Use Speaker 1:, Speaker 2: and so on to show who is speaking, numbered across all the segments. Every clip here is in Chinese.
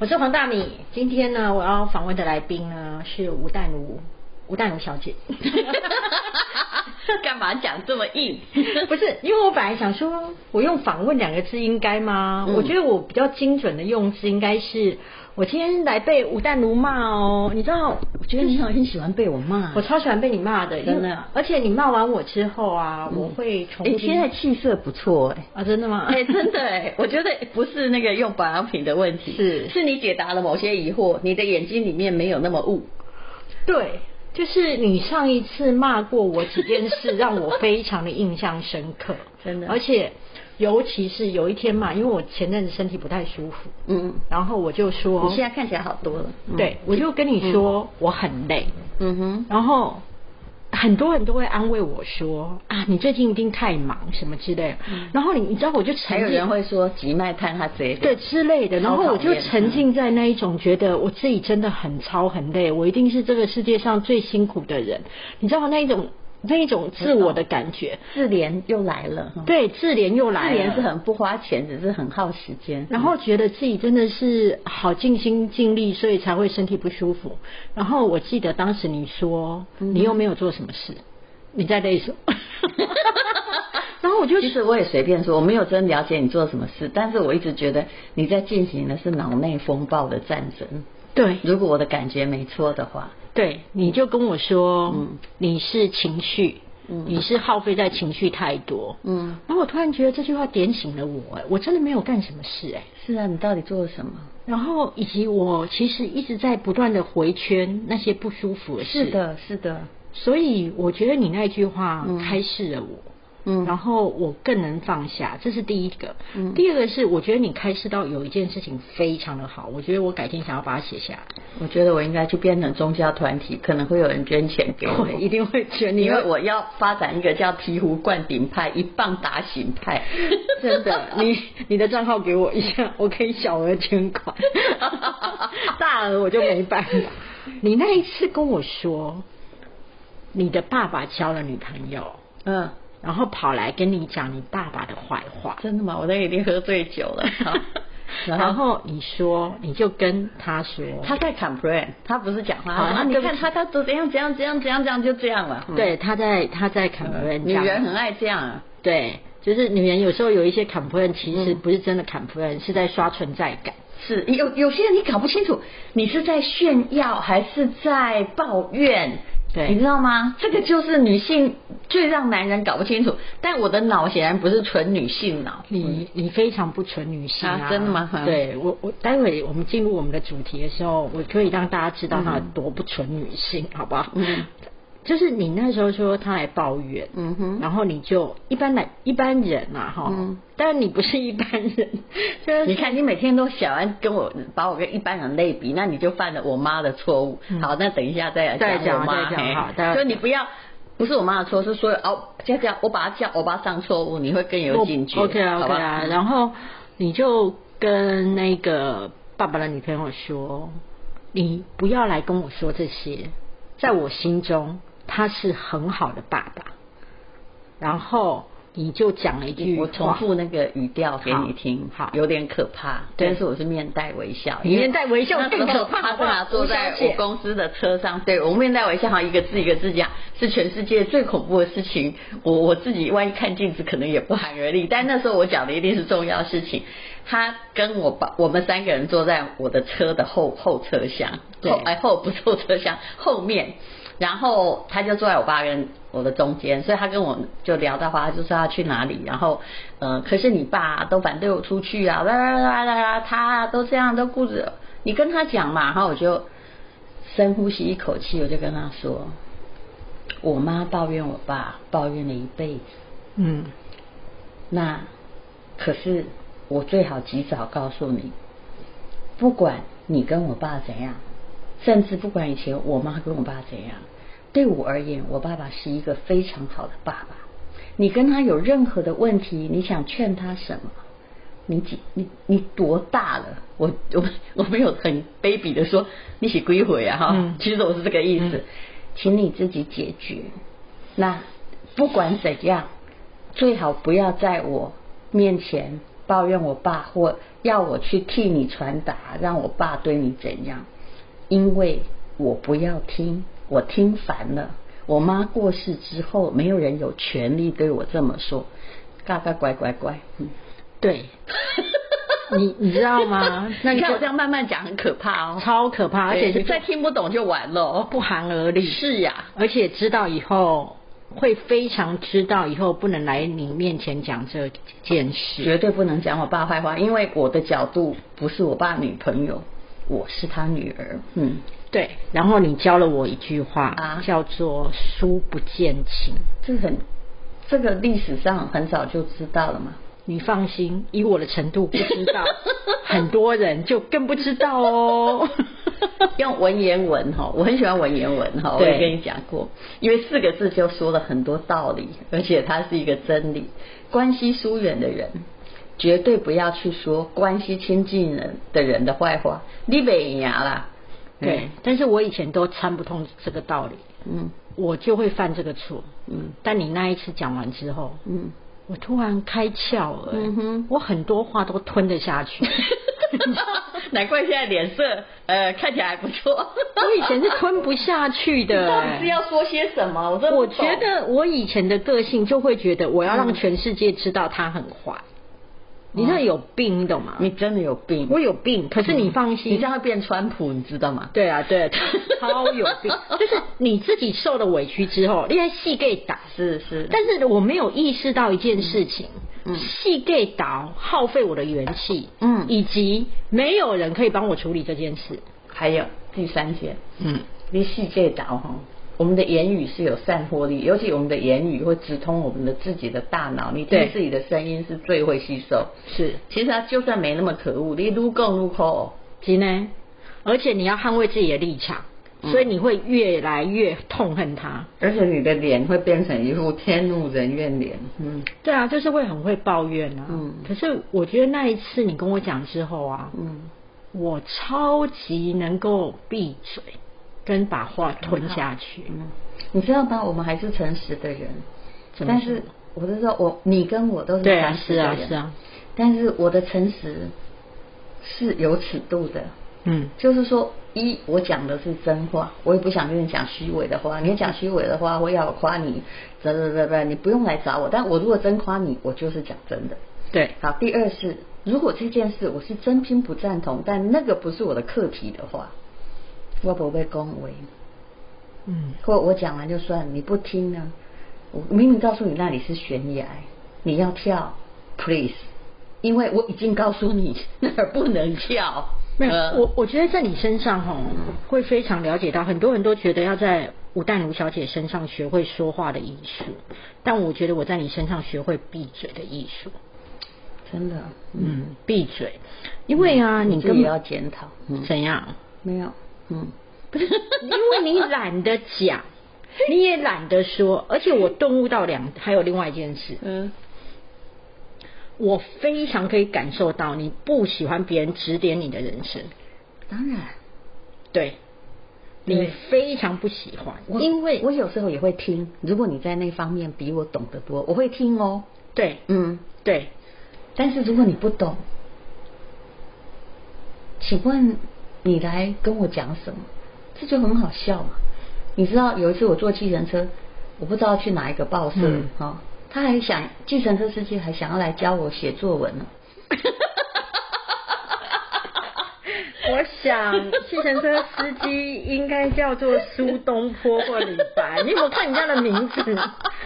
Speaker 1: 我是黄大米。今天呢，我要访问的来宾呢是吴淡如，吴淡如小 姐。
Speaker 2: 干嘛讲这么硬？
Speaker 1: 不是，因为我本来想说，我用“访问”两个字应该吗？
Speaker 2: 嗯
Speaker 1: 我觉得我比较精准的用字应该是，我今天来被吴淡如骂哦。你知道，
Speaker 2: 我觉得你好像喜欢被我骂。
Speaker 1: 我超喜欢被你骂的，
Speaker 2: 啊真的
Speaker 1: 因为而且你骂完我之后啊，我会重
Speaker 2: 哎、
Speaker 1: 新。
Speaker 2: 你现在气色不错哎、
Speaker 1: 啊，真的吗？
Speaker 2: 哎、真的哎、 我觉得不是那个用保养品的问题，
Speaker 1: 是
Speaker 2: 是你解答了某些疑惑，你的眼睛里面没有那么雾。
Speaker 1: 对，就是你上一次骂过我几件事，让我非常的印象深刻，
Speaker 2: 真的
Speaker 1: 而且尤其是有一天嘛，因为我前阵子身体不太舒服，
Speaker 2: 嗯，
Speaker 1: 然后我就说，
Speaker 2: 你现在看起来好多了。嗯
Speaker 1: 对，我就跟你说、我很累，
Speaker 2: 嗯哼，
Speaker 1: 然后。很多人都会安慰我说啊，你最近一定太忙什么之类的。然后你你知道，我就
Speaker 2: 嗯还
Speaker 1: 沉
Speaker 2: 有
Speaker 1: 浸
Speaker 2: 人会说急脉探他嘴
Speaker 1: 对之类的，然后我就
Speaker 2: 超讨厌
Speaker 1: 沉浸在那一种觉得我自己真的很超很累，我一定是这个世界上最辛苦的人，你知道那一种那一种自我的感觉，
Speaker 2: 自怜又来了。嗯，
Speaker 1: 对，自怜又
Speaker 2: 自
Speaker 1: 来
Speaker 2: 怜是
Speaker 1: 了。
Speaker 2: 很不花钱，只是很耗时间。
Speaker 1: 然后觉得自己真的是好尽心尽力，所以才会身体不舒服。然后我记得当时你说，
Speaker 2: 嗯
Speaker 1: 你又没有做什么事，你在累什 么？然后我就
Speaker 2: 其实我也随便说，我没有真了解你做什么事，但是我一直觉得你在进行的是脑内风暴的战争。
Speaker 1: 对
Speaker 2: 如果我的感觉没错的话，
Speaker 1: 对，你就跟我说，
Speaker 2: 嗯
Speaker 1: 你是情绪，
Speaker 2: 嗯
Speaker 1: 你是耗费在情绪太多，
Speaker 2: 嗯，
Speaker 1: 然后我突然觉得这句话点醒了我，哎，我真的没有干什么事，哎。
Speaker 2: 是啊，你到底做了什么？
Speaker 1: 然后以及我其实一直在不断的回圈那些不舒服的事，
Speaker 2: 是，的，是的，
Speaker 1: 所以我觉得你那句话
Speaker 2: 嗯
Speaker 1: 开示了我，
Speaker 2: 嗯，
Speaker 1: 然后我更能放下，这是第一个。
Speaker 2: 嗯
Speaker 1: 第二个是我觉得你开示到有一件事情非常的好，我觉得我改天想要把它写下来。
Speaker 2: 我觉得我应该去变成宗教团体，可能会有人捐钱给我
Speaker 1: 我。一定会捐你
Speaker 2: 哦因为我要发展一个叫醍醐灌顶派、一棒打醒派，
Speaker 1: 真 的，你 你的账号给我一下，我可以小额捐款，大额我就没办法。你那一次跟我说，你的爸爸交了女朋友，
Speaker 2: 嗯，
Speaker 1: 然后跑来跟你讲你爸爸的坏话，
Speaker 2: 真的吗？我那个已经喝醉酒了。 好
Speaker 1: 然后你说你就跟他说，
Speaker 2: 他在 complain，他不是讲话，
Speaker 1: 好
Speaker 2: 他说啊
Speaker 1: 那对
Speaker 2: 你
Speaker 1: 不
Speaker 2: 看
Speaker 1: 起
Speaker 2: 他他都怎样怎样怎样怎样怎样就这样了。嗯，
Speaker 1: 对他在他在 complain，
Speaker 2: 呃女
Speaker 1: 这样
Speaker 2: 人很爱这样啊。
Speaker 1: 对，就是女人有时候有一些 complain，其实
Speaker 2: 嗯
Speaker 1: 不是真的 complain，、是在刷存在感。
Speaker 2: 是有有些人你搞不清楚，你是在炫耀还是在抱怨，
Speaker 1: 对
Speaker 2: 你知道吗？这个就是女性最让男人搞不清楚。但我的脑显然不是纯女性脑，
Speaker 1: 你你非常不纯女性啊！
Speaker 2: 啊真的吗嗯
Speaker 1: 对我我待会我们进入我们的主题的时候，我可以让大家知道她有多不纯女性，好不好？
Speaker 2: 嗯
Speaker 1: 就是你那时候说她来抱怨，
Speaker 2: 嗯哼，
Speaker 1: 然后你就一般来一般人嘛、哈、
Speaker 2: 嗯
Speaker 1: 但你不是一般人， 就是
Speaker 2: 你看你每天都想要跟我把我跟一般人类比，那你就犯了我妈的错误。
Speaker 1: 嗯
Speaker 2: 好，那等一下再来
Speaker 1: 再
Speaker 2: 讲
Speaker 1: 讲
Speaker 2: 我妈，
Speaker 1: 再讲
Speaker 2: 嘿
Speaker 1: 好大家
Speaker 2: 就你不要。不是我妈的错，是说哦，就这样，我把她叫欧巴上错误，你会更有警觉。
Speaker 1: OK 啊
Speaker 2: 好
Speaker 1: OK
Speaker 2: 吧嗯
Speaker 1: 啊，然后你就跟那个爸爸的女朋友说，你不要来跟我说这些，在我心中他是很好的爸爸。然后你就讲了一句话，
Speaker 2: 我重复那个语调给你听，
Speaker 1: 好好
Speaker 2: 有点可怕，
Speaker 1: 对
Speaker 2: 但是我是面带微笑，
Speaker 1: 你面带微笑
Speaker 2: 那时
Speaker 1: 更可
Speaker 2: 候
Speaker 1: 怕
Speaker 2: 他
Speaker 1: 好不好
Speaker 2: 正好坐在
Speaker 1: 吴小
Speaker 2: 我
Speaker 1: 姐
Speaker 2: 公司的车上，对我面带微笑，好像一个字一个字讲，是全世界最恐怖的事情。我我自己万一看镜子，可能也不寒而栗。但那时候我讲的一定是重要事情。他跟我爸，我们三个人坐在我的车的后后车厢，
Speaker 1: 对
Speaker 2: 后哎后不是后车厢 后面，然后他就坐在我爸跟我的中间，所以他跟我就聊到话，他就说要去哪里，然后呃，可是你爸都反对我出去啊，啦啦啦啦啦，他都这样都顾着，你跟他讲嘛，然后我就深呼吸一口气，我就跟他说，我妈抱怨我爸，抱怨了一辈子。
Speaker 1: 嗯，
Speaker 2: 那可是我最好及早告诉你，不管你跟我爸怎样，甚至不管以前我妈跟我爸怎样，对我而言，我爸爸是一个非常好的爸爸。你跟他有任何的问题，你想劝他什么？你几你你多大了？我我我没有很卑鄙的说你是归回啊哈，
Speaker 1: 嗯
Speaker 2: 其实我是这个意思，
Speaker 1: 嗯
Speaker 2: 请你自己解决。那不管怎样，最好不要在我面前抱怨我爸，或要我去替你传达，让我爸对你怎样，因为我不要听，我听烦了。我妈过世之后，没有人有权利对我这么说，嘎嘎乖乖 乖，嗯，
Speaker 1: 对，你你知道吗？那
Speaker 2: 你
Speaker 1: 就
Speaker 2: 看我 这样慢慢讲，很可怕哦。
Speaker 1: 超可怕，而且
Speaker 2: 对
Speaker 1: 是
Speaker 2: 再听不懂就完了哦。
Speaker 1: 不寒而栗。
Speaker 2: 是呀、
Speaker 1: 而且知道以后会非常知道以后不能来你面前讲这件事。
Speaker 2: 绝对不能讲我爸坏话，因为我的角度不是我爸女朋友，我是他女儿。嗯，
Speaker 1: 对，然后你教了我一句话，
Speaker 2: 啊
Speaker 1: 叫做“书不见情
Speaker 2: 这很，这个历史上很早就知道了嘛。”。
Speaker 1: 你放心，以我的程度不知 道，很多人就更不知道 哦。
Speaker 2: 用文言文哈，我很喜欢文言文哈，我
Speaker 1: 对
Speaker 2: 也跟你讲过，因为四个字就说了很多道理，而且它是一个真理。关系疏远的人，绝对不要去说关系亲近人的人的坏话，你没赢啊啦。
Speaker 1: 对，但是我以前都参不通这个道理，
Speaker 2: 嗯，
Speaker 1: 我就会犯这个错。
Speaker 2: 嗯
Speaker 1: 但你那一次讲完之后，
Speaker 2: 嗯
Speaker 1: 我突然开窍了、欸
Speaker 2: 嗯哼
Speaker 1: 我很多话都吞得下 去。
Speaker 2: 嗯， 难怪现在脸色呃看起来还不错。
Speaker 1: 我以前是吞不下去的、欸
Speaker 2: 到底是要说些什么？我真的
Speaker 1: 我
Speaker 2: 不懂
Speaker 1: 觉得我以前的个性就会觉得我要让全世界知道他很坏，你那有病，你懂吗？
Speaker 2: 你真的有病，
Speaker 1: 我有病，可是你放
Speaker 2: 你
Speaker 1: 心
Speaker 2: 这，样会变川普，你知道吗？
Speaker 1: 对啊，对啊，超有病， 就是你自己受了委屈之后，你还戏给打。
Speaker 2: 是是，
Speaker 1: 但是我没有意识到一件事情，
Speaker 2: 嗯嗯
Speaker 1: 戏给倒耗费我的元气，
Speaker 2: 嗯
Speaker 1: 以及没有人可以帮我处理这件事，
Speaker 2: 还有第三点，
Speaker 1: 嗯，
Speaker 2: 你细界导哈，我们的言语是有散播力，尤其我们的言语会直通我们的自己的大脑，你
Speaker 1: 对
Speaker 2: 听自己的声音是最会吸收。
Speaker 1: 是，
Speaker 2: 其实它就算没那么可恶，你撸够撸口，
Speaker 1: 真的，而且你要捍卫自己的立场，所以你会越来越痛恨他。
Speaker 2: 而且你的脸会变成一副天怒人怨脸。嗯
Speaker 1: 对啊，就是会很会抱怨啊。
Speaker 2: 嗯
Speaker 1: 可是我觉得那一次你跟我讲之后啊，
Speaker 2: 嗯，
Speaker 1: 我超级能够闭嘴，跟把话吞下去。
Speaker 2: 嗯，你知道吗？我们还是诚实的人，
Speaker 1: 怎么
Speaker 2: 但
Speaker 1: 说
Speaker 2: 是我是说我你跟我都是
Speaker 1: 对啊，
Speaker 2: 诚
Speaker 1: 是
Speaker 2: 实的
Speaker 1: 啊
Speaker 2: 人，，
Speaker 1: 是啊，
Speaker 2: 但是我的诚实是有尺度的。
Speaker 1: 嗯，
Speaker 2: 就是说，一我讲的是真话，我也不想跟你讲虚伪的话。你讲虚伪的话，我要我夸你，怎怎怎怎，你不用来找我。但我如果真夸你，我就是讲真的。
Speaker 1: 对，
Speaker 2: 好，第二是，如果这件事我是真心不赞同，但那个不是我的课题的话，我不被恭维，
Speaker 1: 嗯，
Speaker 2: 或我讲完就算，你不听呢？我明明告诉你那里是悬崖，你要跳，please，因为我已经告诉你那儿不能跳。
Speaker 1: 没有，
Speaker 2: 呃
Speaker 1: 我我觉得在你身上吼，会非常了解到很多人都觉得要在吴淡如小姐身上学会说话的艺术，但我觉得我在你身上学会闭嘴的艺术。
Speaker 2: 真的，
Speaker 1: 嗯，闭嘴，因为啊，你
Speaker 2: 你嗯自
Speaker 1: 根
Speaker 2: 己
Speaker 1: 本
Speaker 2: 要检讨。嗯，
Speaker 1: 怎样？
Speaker 2: 没有，嗯，
Speaker 1: 不是， 因为你懒得讲，你也懒得说，而且我顿悟到两，还有另外一件事，
Speaker 2: 嗯，
Speaker 1: 我非常可以感受到你不喜欢别人指点你的人生，
Speaker 2: 当然，
Speaker 1: 对，
Speaker 2: 对
Speaker 1: 你非常不喜欢，因为
Speaker 2: 我有时候也会听，如果你在那方面比我懂得多，我会听哦。
Speaker 1: 对
Speaker 2: 嗯，
Speaker 1: 对，
Speaker 2: 但是如果你不懂，请问你来跟我讲什么？这就很好笑嘛。你知道有一次我坐计程车，我不知道去哪一个报社
Speaker 1: 嗯
Speaker 2: 哦，他还想计程车司机还想要来教我写作文呢。
Speaker 1: 我想计程车司机应该叫做苏东坡或李白，你有没有看人家的名字？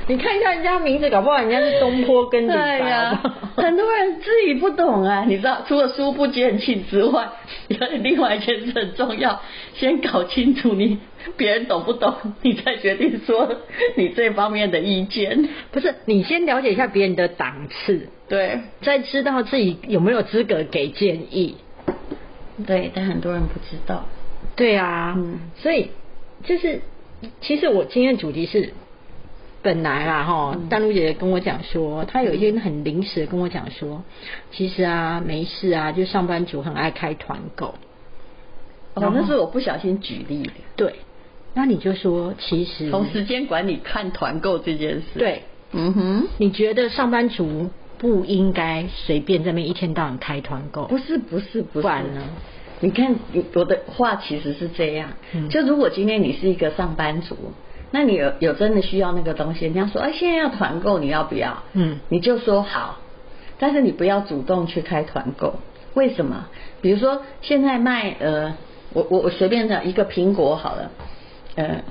Speaker 1: 你看一下人家名字，搞不好人家是东坡跟李
Speaker 2: 对
Speaker 1: 白，
Speaker 2: 哎呀、
Speaker 1: 好不好
Speaker 2: 很多人自己不懂啊，你知道，除了书不见弃之外，另外一件事很重要，先搞清楚你别人懂不懂，你再决定说你这方面的意见。
Speaker 1: 不是，你先了解一下别人的档次，
Speaker 2: 对，
Speaker 1: 再知道自己有没有资格给建议。
Speaker 2: 对，但很多人不知道。
Speaker 1: 对啊，
Speaker 2: 嗯
Speaker 1: 所以就是，其实我今天的主题是。本来啦，哈，
Speaker 2: 嗯
Speaker 1: 丹露姐姐跟我讲说，她有一天很临时地跟我讲说，其实啊，没事啊，就上班族很爱开团购，
Speaker 2: 哦，那是我不小心举例的，
Speaker 1: 对，那你就说，其实
Speaker 2: 从时间管理看团购这件事。，
Speaker 1: 对，
Speaker 2: 嗯哼，
Speaker 1: 你觉得上班族不应该随便在那边一天到晚开团购，
Speaker 2: 不是不是
Speaker 1: 不
Speaker 2: 不是
Speaker 1: 然呢？
Speaker 2: 你看，你我的话其实是这样，
Speaker 1: 嗯
Speaker 2: 就如果今天你是一个上班族，那你有有真的需要那个东西，人家说，哎，现在要团购，你要不要？
Speaker 1: 嗯
Speaker 2: 你就说好，但是你不要主动去开团购，为什么？比如说现在卖呃，我我我随便讲一个苹果好了，呃，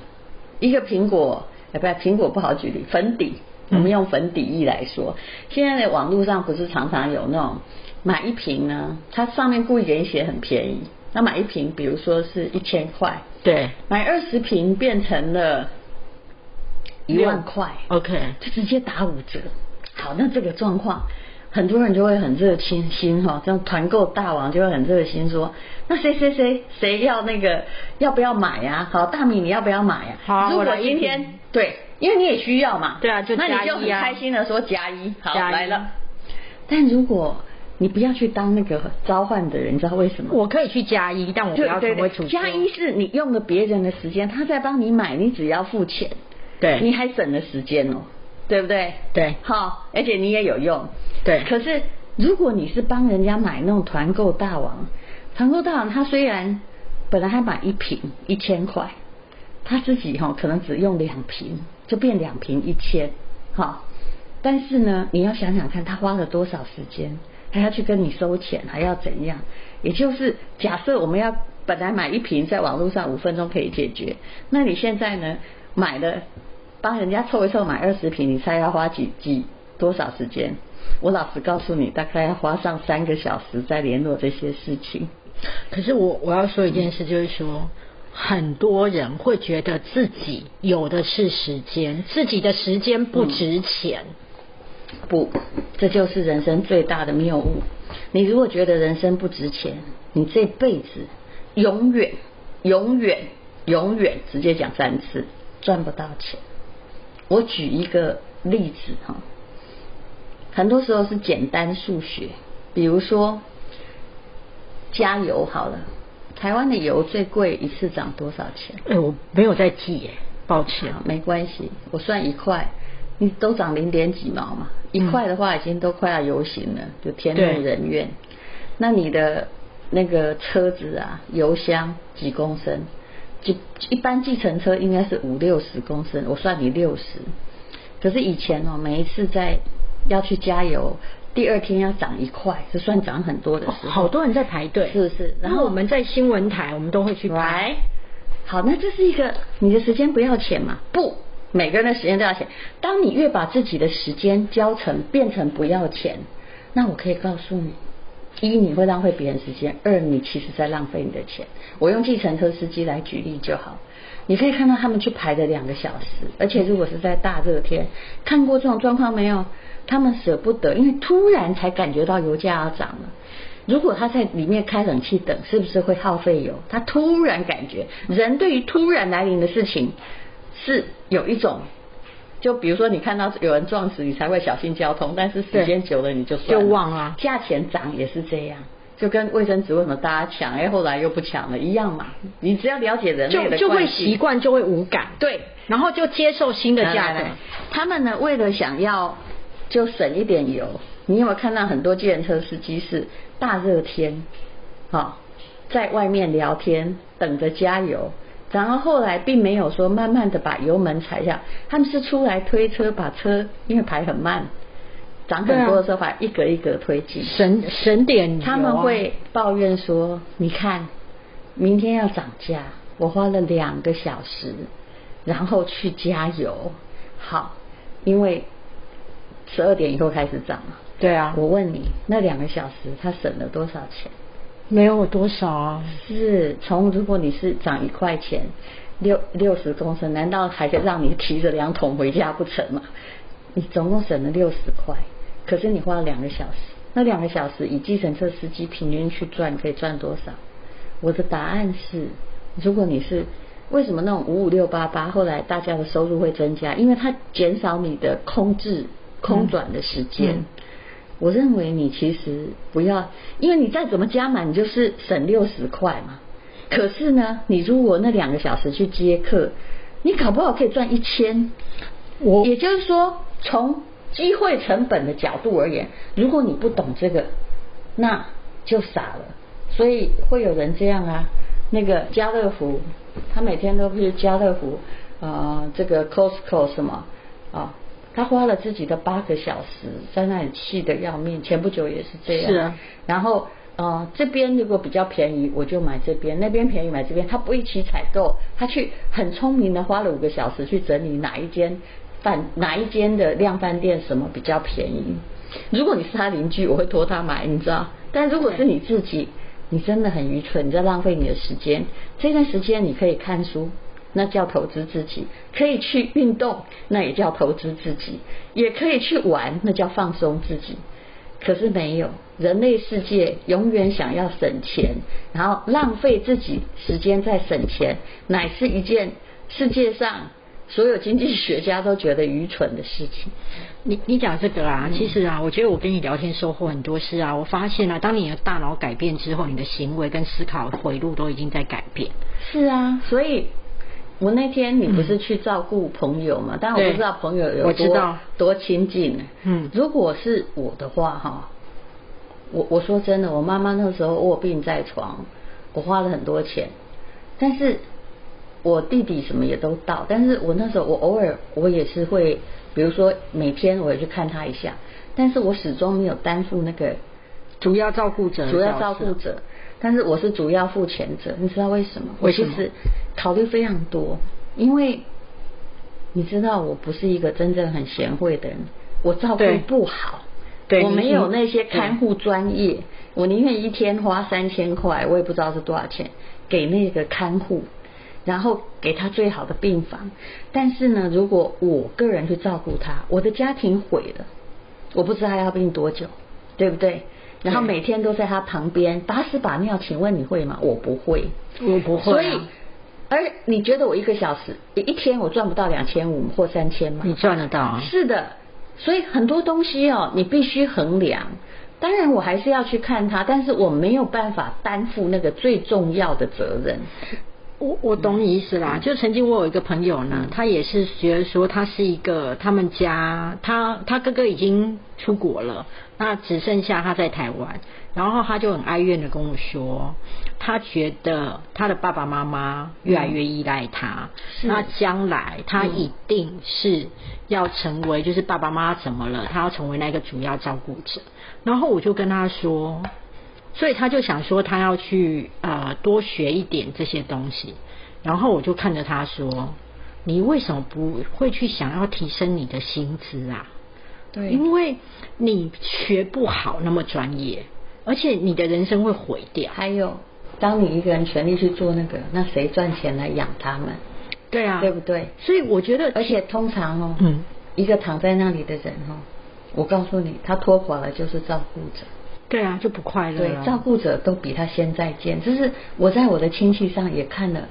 Speaker 2: 一个苹果，哎，不，苹果不好举例，粉底，我
Speaker 1: 嗯
Speaker 2: 们用粉底液来说，现在的网络上不是常常有那种买一瓶呢，它上面故意给你写很便宜，那买一瓶，比如说是一千块，
Speaker 1: 对，
Speaker 2: 买二十瓶变成了一万块，
Speaker 1: OK，
Speaker 2: 就直接打五折。好，那这个状况，很多人就会很热心心哈、这样团购大王就会很热心说，那谁谁谁谁要那个要不要买呀、好，大米你要不要买呀、
Speaker 1: 好啊
Speaker 2: 如
Speaker 1: 我
Speaker 2: 果
Speaker 1: 来
Speaker 2: 今
Speaker 1: 一
Speaker 2: 天
Speaker 1: 瓶
Speaker 2: 对，因为你也需要嘛，
Speaker 1: 对啊就
Speaker 2: 那
Speaker 1: 加
Speaker 2: 你就
Speaker 1: 一
Speaker 2: 很
Speaker 1: 啊
Speaker 2: 开心的说加一，好
Speaker 1: 加一
Speaker 2: 来了。但如果你不要去当那个召唤的人，你知道为什么吗？
Speaker 1: 我可以去加一，但我不
Speaker 2: 对
Speaker 1: 要
Speaker 2: 对
Speaker 1: 成为
Speaker 2: 对，
Speaker 1: 主
Speaker 2: 加一是你用了别人的时间，他在帮你买，你只要付钱，
Speaker 1: 对
Speaker 2: 你还省了时间哦，对不对？
Speaker 1: 对
Speaker 2: 好，而且你也有用。
Speaker 1: 对
Speaker 2: 可是如果你是帮人家买那种团购大王，团购大王他虽然本来他买一瓶一千块，他自己哈、可能只用两瓶，就变两瓶一千，哈。但是呢，你要想想看，他花了多少时间，还要去跟你收钱，还要怎样？也就是假设我们要本来买一瓶，在网络上五分钟可以解决，那你现在呢买了，帮人家凑一凑买二十瓶，你猜要花几几多少时间？我老实告诉你，大概要花上三个小时在联络这些事情。
Speaker 1: 可是我我要说一件事，就是说，很多人会觉得自己有的是时间，自己的时间不值钱。
Speaker 2: 嗯不，这就是人生最大的谬误。你如果觉得人生不值钱，你这辈子永远、永远、永远，直接讲三次，赚不到钱。我举一个例子哈，很多时候是简单数学，比如说加油好了，台湾的油最贵一次涨多少钱？
Speaker 1: 哎、我没有在记耶，抱歉啊
Speaker 2: 好，。没关系，我算一块，你都涨零点几毛嘛，一
Speaker 1: 嗯
Speaker 2: 块的话已经都快要游行了，就天怒
Speaker 1: 对
Speaker 2: 人怨。那你的那个车子啊，油箱几公升？就一般计程车应该是五六十公升，我算你六十。可是以前哦，每一次在要去加油，第二天要涨一块，就算涨很多的
Speaker 1: 哦
Speaker 2: 时候，
Speaker 1: 好多人在排队，
Speaker 2: 是不是？
Speaker 1: 然
Speaker 2: 然
Speaker 1: 后
Speaker 2: 后
Speaker 1: 我们在新闻台，我们都会去排。
Speaker 2: 来，好，那这是一个你的时间不要钱嘛？不，每个人的时间都要钱。当你越把自己的时间教成变成不要钱，那我可以告诉你，一你会浪费别人时间，二你其实在浪费你的钱。我用计程车司机来举例就好。你可以看到他们去排了两个小时，而且如果是在大热天，看过这种状况没有？他们舍不得，因为突然才感觉到油价要涨了。如果他在里面开冷气等，是不是会耗费油？他突然感觉，人对于突然来临的事情是有一种，就比如说你看到有人撞死，你才会小心交通，但是时间
Speaker 1: 对
Speaker 2: 久了你就算
Speaker 1: 就忘了
Speaker 2: 价钱涨也是这样。就跟卫生纸为什么大家抢，哎，后来又不抢了一样嘛。你只要了解人类的
Speaker 1: 就就会
Speaker 2: 惯性
Speaker 1: 习惯，就会无感，
Speaker 2: 对
Speaker 1: 然后就接受新的价
Speaker 2: 来来
Speaker 1: 格
Speaker 2: 来。他们呢，为了想要就省一点油，你有没有看到很多计程车司机是大热天，好、在外面聊天，等着加油。然后后来并没有说慢慢的把油门踩下，他们是出来推车，把车因为排很慢，涨很多的时候把一格一格推进。
Speaker 1: 省省点油啊
Speaker 2: 他们会抱怨说：“你看，明天要涨价，我花了两个小时，然后去加油。好，因为十二点以后开始涨嘛。
Speaker 1: 对啊，
Speaker 2: 我问你，那两个小时他省了多少钱？
Speaker 1: 没有我多少啊，
Speaker 2: 是从如果你是涨一块钱，六六十公升，难道还得让你提着两桶回家不成吗？你总共省了六十块，可是你花了两个小时，那两个小时以计程车司机平均去赚，可以赚多少？我的答案是，如果你是为什么那种五五六八八，后来大家的收入会增加，因为它减少你的空置空转的时间。
Speaker 1: 嗯
Speaker 2: 我认为你其实不要，因为你再怎么加满，你就是省六十块嘛。可是呢，你如果那两个小时去接客，你搞不好可以赚一千。
Speaker 1: 我
Speaker 2: 也就是说，从机会成本的角度而言，如果你不懂这个，那就傻了。所以会有人这样啊，那个家乐福，他每天都去家乐福，呃，这个 Costco 什么啊、他花了自己的八个小时在那里气得要命。前不久也是这样，
Speaker 1: 是啊
Speaker 2: 然后呃，这边如果比较便宜，我就买这边；那边便宜买这边。他不一起采购，他去很聪明的花了五个小时去整理哪一间饭哪一间的量饭店什么比较便宜。如果你是他邻居，我会托他买，你知道？但如果是你自己，你真的很愚蠢，你在浪费你的时间。这段时间你可以看书，那叫投资自己；可以去运动，那也叫投资自己；也可以去玩，那叫放松自己。可是没有，人类世界永远想要省钱，然后浪费自己时间在省钱，乃是一件世界上所有经济学家都觉得愚蠢的事情。
Speaker 1: 你你讲这个
Speaker 2: 嗯
Speaker 1: 啊，其实啊，我觉得我跟你聊天收获很多是啊，我发现啊，当你的大脑改变之后，你的行为跟思考回路都已经在改变。
Speaker 2: 是啊，所以我那天你不是去照顾朋友嘛？但我不知道朋友有多
Speaker 1: 嗯我知道
Speaker 2: 多亲近。
Speaker 1: 嗯
Speaker 2: 如果是我的话，哈，我我说真的，我妈妈那时候卧病在床，我花了很多钱，但是我弟弟什么也都到，但是我那时候我偶尔我也是会，比如说每天我也去看他一下，但是我始终没有担负那个
Speaker 1: 主要照顾者，
Speaker 2: 主要照顾，者，但是我是主要付钱者，你知道为什么？
Speaker 1: 为什么
Speaker 2: 我其实考虑非常多，因为你知道我不是一个真正很贤惠的人，我照顾
Speaker 1: 对
Speaker 2: 不好，
Speaker 1: 对
Speaker 2: 我
Speaker 1: 你
Speaker 2: 没有那些
Speaker 1: 对
Speaker 2: 看护专业，我宁愿一天花三千块，我也不知道是多少钱给那个看护。然后给他最好的病房，但是呢，如果我个人去照顾他，我的家庭毁了，我不知道他要病多久，对不对？然后
Speaker 1: 对
Speaker 2: 每天都在他旁边把屎把尿，请问你会吗？我不会，
Speaker 1: 我不会、啊，
Speaker 2: 所以，而你觉得我一个小时一天我赚不到两千五或三千吗？
Speaker 1: 你赚得到啊。
Speaker 2: 是的，所以很多东西哦，你必须衡量。当然，我还是要去看他，但是我没有办法担负那个最重要的责任。
Speaker 1: 我我懂你意思啦，就曾经我有一个朋友呢，他也是觉得说他是一个他们家他他哥哥已经出国了，那只剩下他在台湾，然后他就很哀怨的跟我说，他觉得他的爸爸妈妈越来越依赖他，
Speaker 2: 是
Speaker 1: 那将来
Speaker 2: 嗯
Speaker 1: 他一定是要成为就是爸爸妈妈怎么了，他要成为那个主要照顾者，然后我就跟他说，所以他就想说他要去呃多学一点这些东西。然后我就看着他说：“你为什么不会去想要提升你的薪资啊？因为你学不好那么专业，而且你的人生会毁掉。
Speaker 2: 还有，当你一个人全力去做那个，那谁赚钱来养他们？
Speaker 1: 对啊，
Speaker 2: 对不对？
Speaker 1: 所以我觉得，
Speaker 2: 而且通常哦，
Speaker 1: 嗯，
Speaker 2: 一个躺在那里的人哦，我告诉你，他拖垮了就是照顾者。
Speaker 1: 对啊，就不快乐
Speaker 2: 对，
Speaker 1: 了。
Speaker 2: 照顾者都比他先再见。这是我在我的亲戚上也看了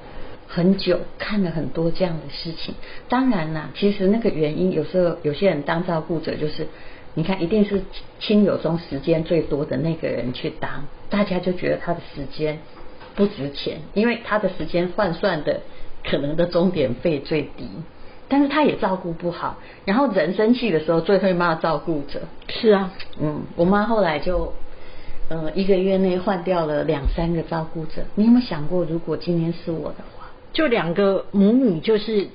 Speaker 2: 很久，看了很多这样的事情。当然啦，其实那个原因有时候有些人当照顾者就是，你看一定是亲友中时间最多的那个人去当，大家就觉得他的时间不值钱，因为他的时间换算的可能的终点费最低。但是他也照顾不好，然后人生气的时候最会骂照顾者，
Speaker 1: 是啊，
Speaker 2: 嗯，我妈后来就，呃，一个月内换掉了两三个照顾者。你有没有想过，如果今天是我的话，
Speaker 1: 就两个母女就是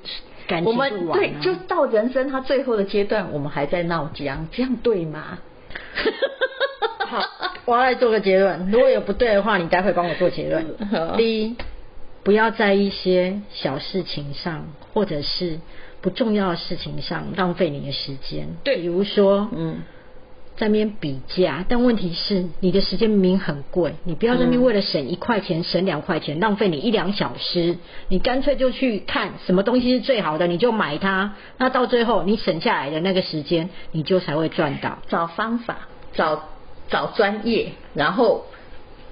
Speaker 1: 感
Speaker 2: 我
Speaker 1: 情
Speaker 2: 们
Speaker 1: 不完、
Speaker 2: 对
Speaker 1: 啊，，
Speaker 2: 就到人生他最后的阶段，我们还在闹僵，这样对 吗？
Speaker 1: 好，我要来做个结 论。如果有不对的话，你待会帮我做结论
Speaker 2: 嗯好。
Speaker 1: 第一，不要在一些小事情上，或者是不重要的事情上浪费你的时间。
Speaker 2: 对
Speaker 1: 比如说，
Speaker 2: 嗯，
Speaker 1: 在那边比价，但问题是你的时间明明很贵，你不要在那边
Speaker 2: 嗯
Speaker 1: 为了省一块钱、省两块钱，浪费你一两小时，你干脆就去看什么东西是最好的，你就买它。那到最后，你省下来的那个时间，你就才会赚到。
Speaker 2: 找方法，找找专业，然后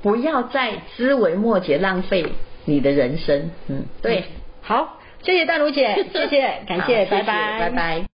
Speaker 2: 不要再枝微末节浪费你的人生。嗯，对，哎
Speaker 1: 好，谢谢淡如姐，谢谢，感谢，
Speaker 2: 好谢谢
Speaker 1: 拜
Speaker 2: 拜拜。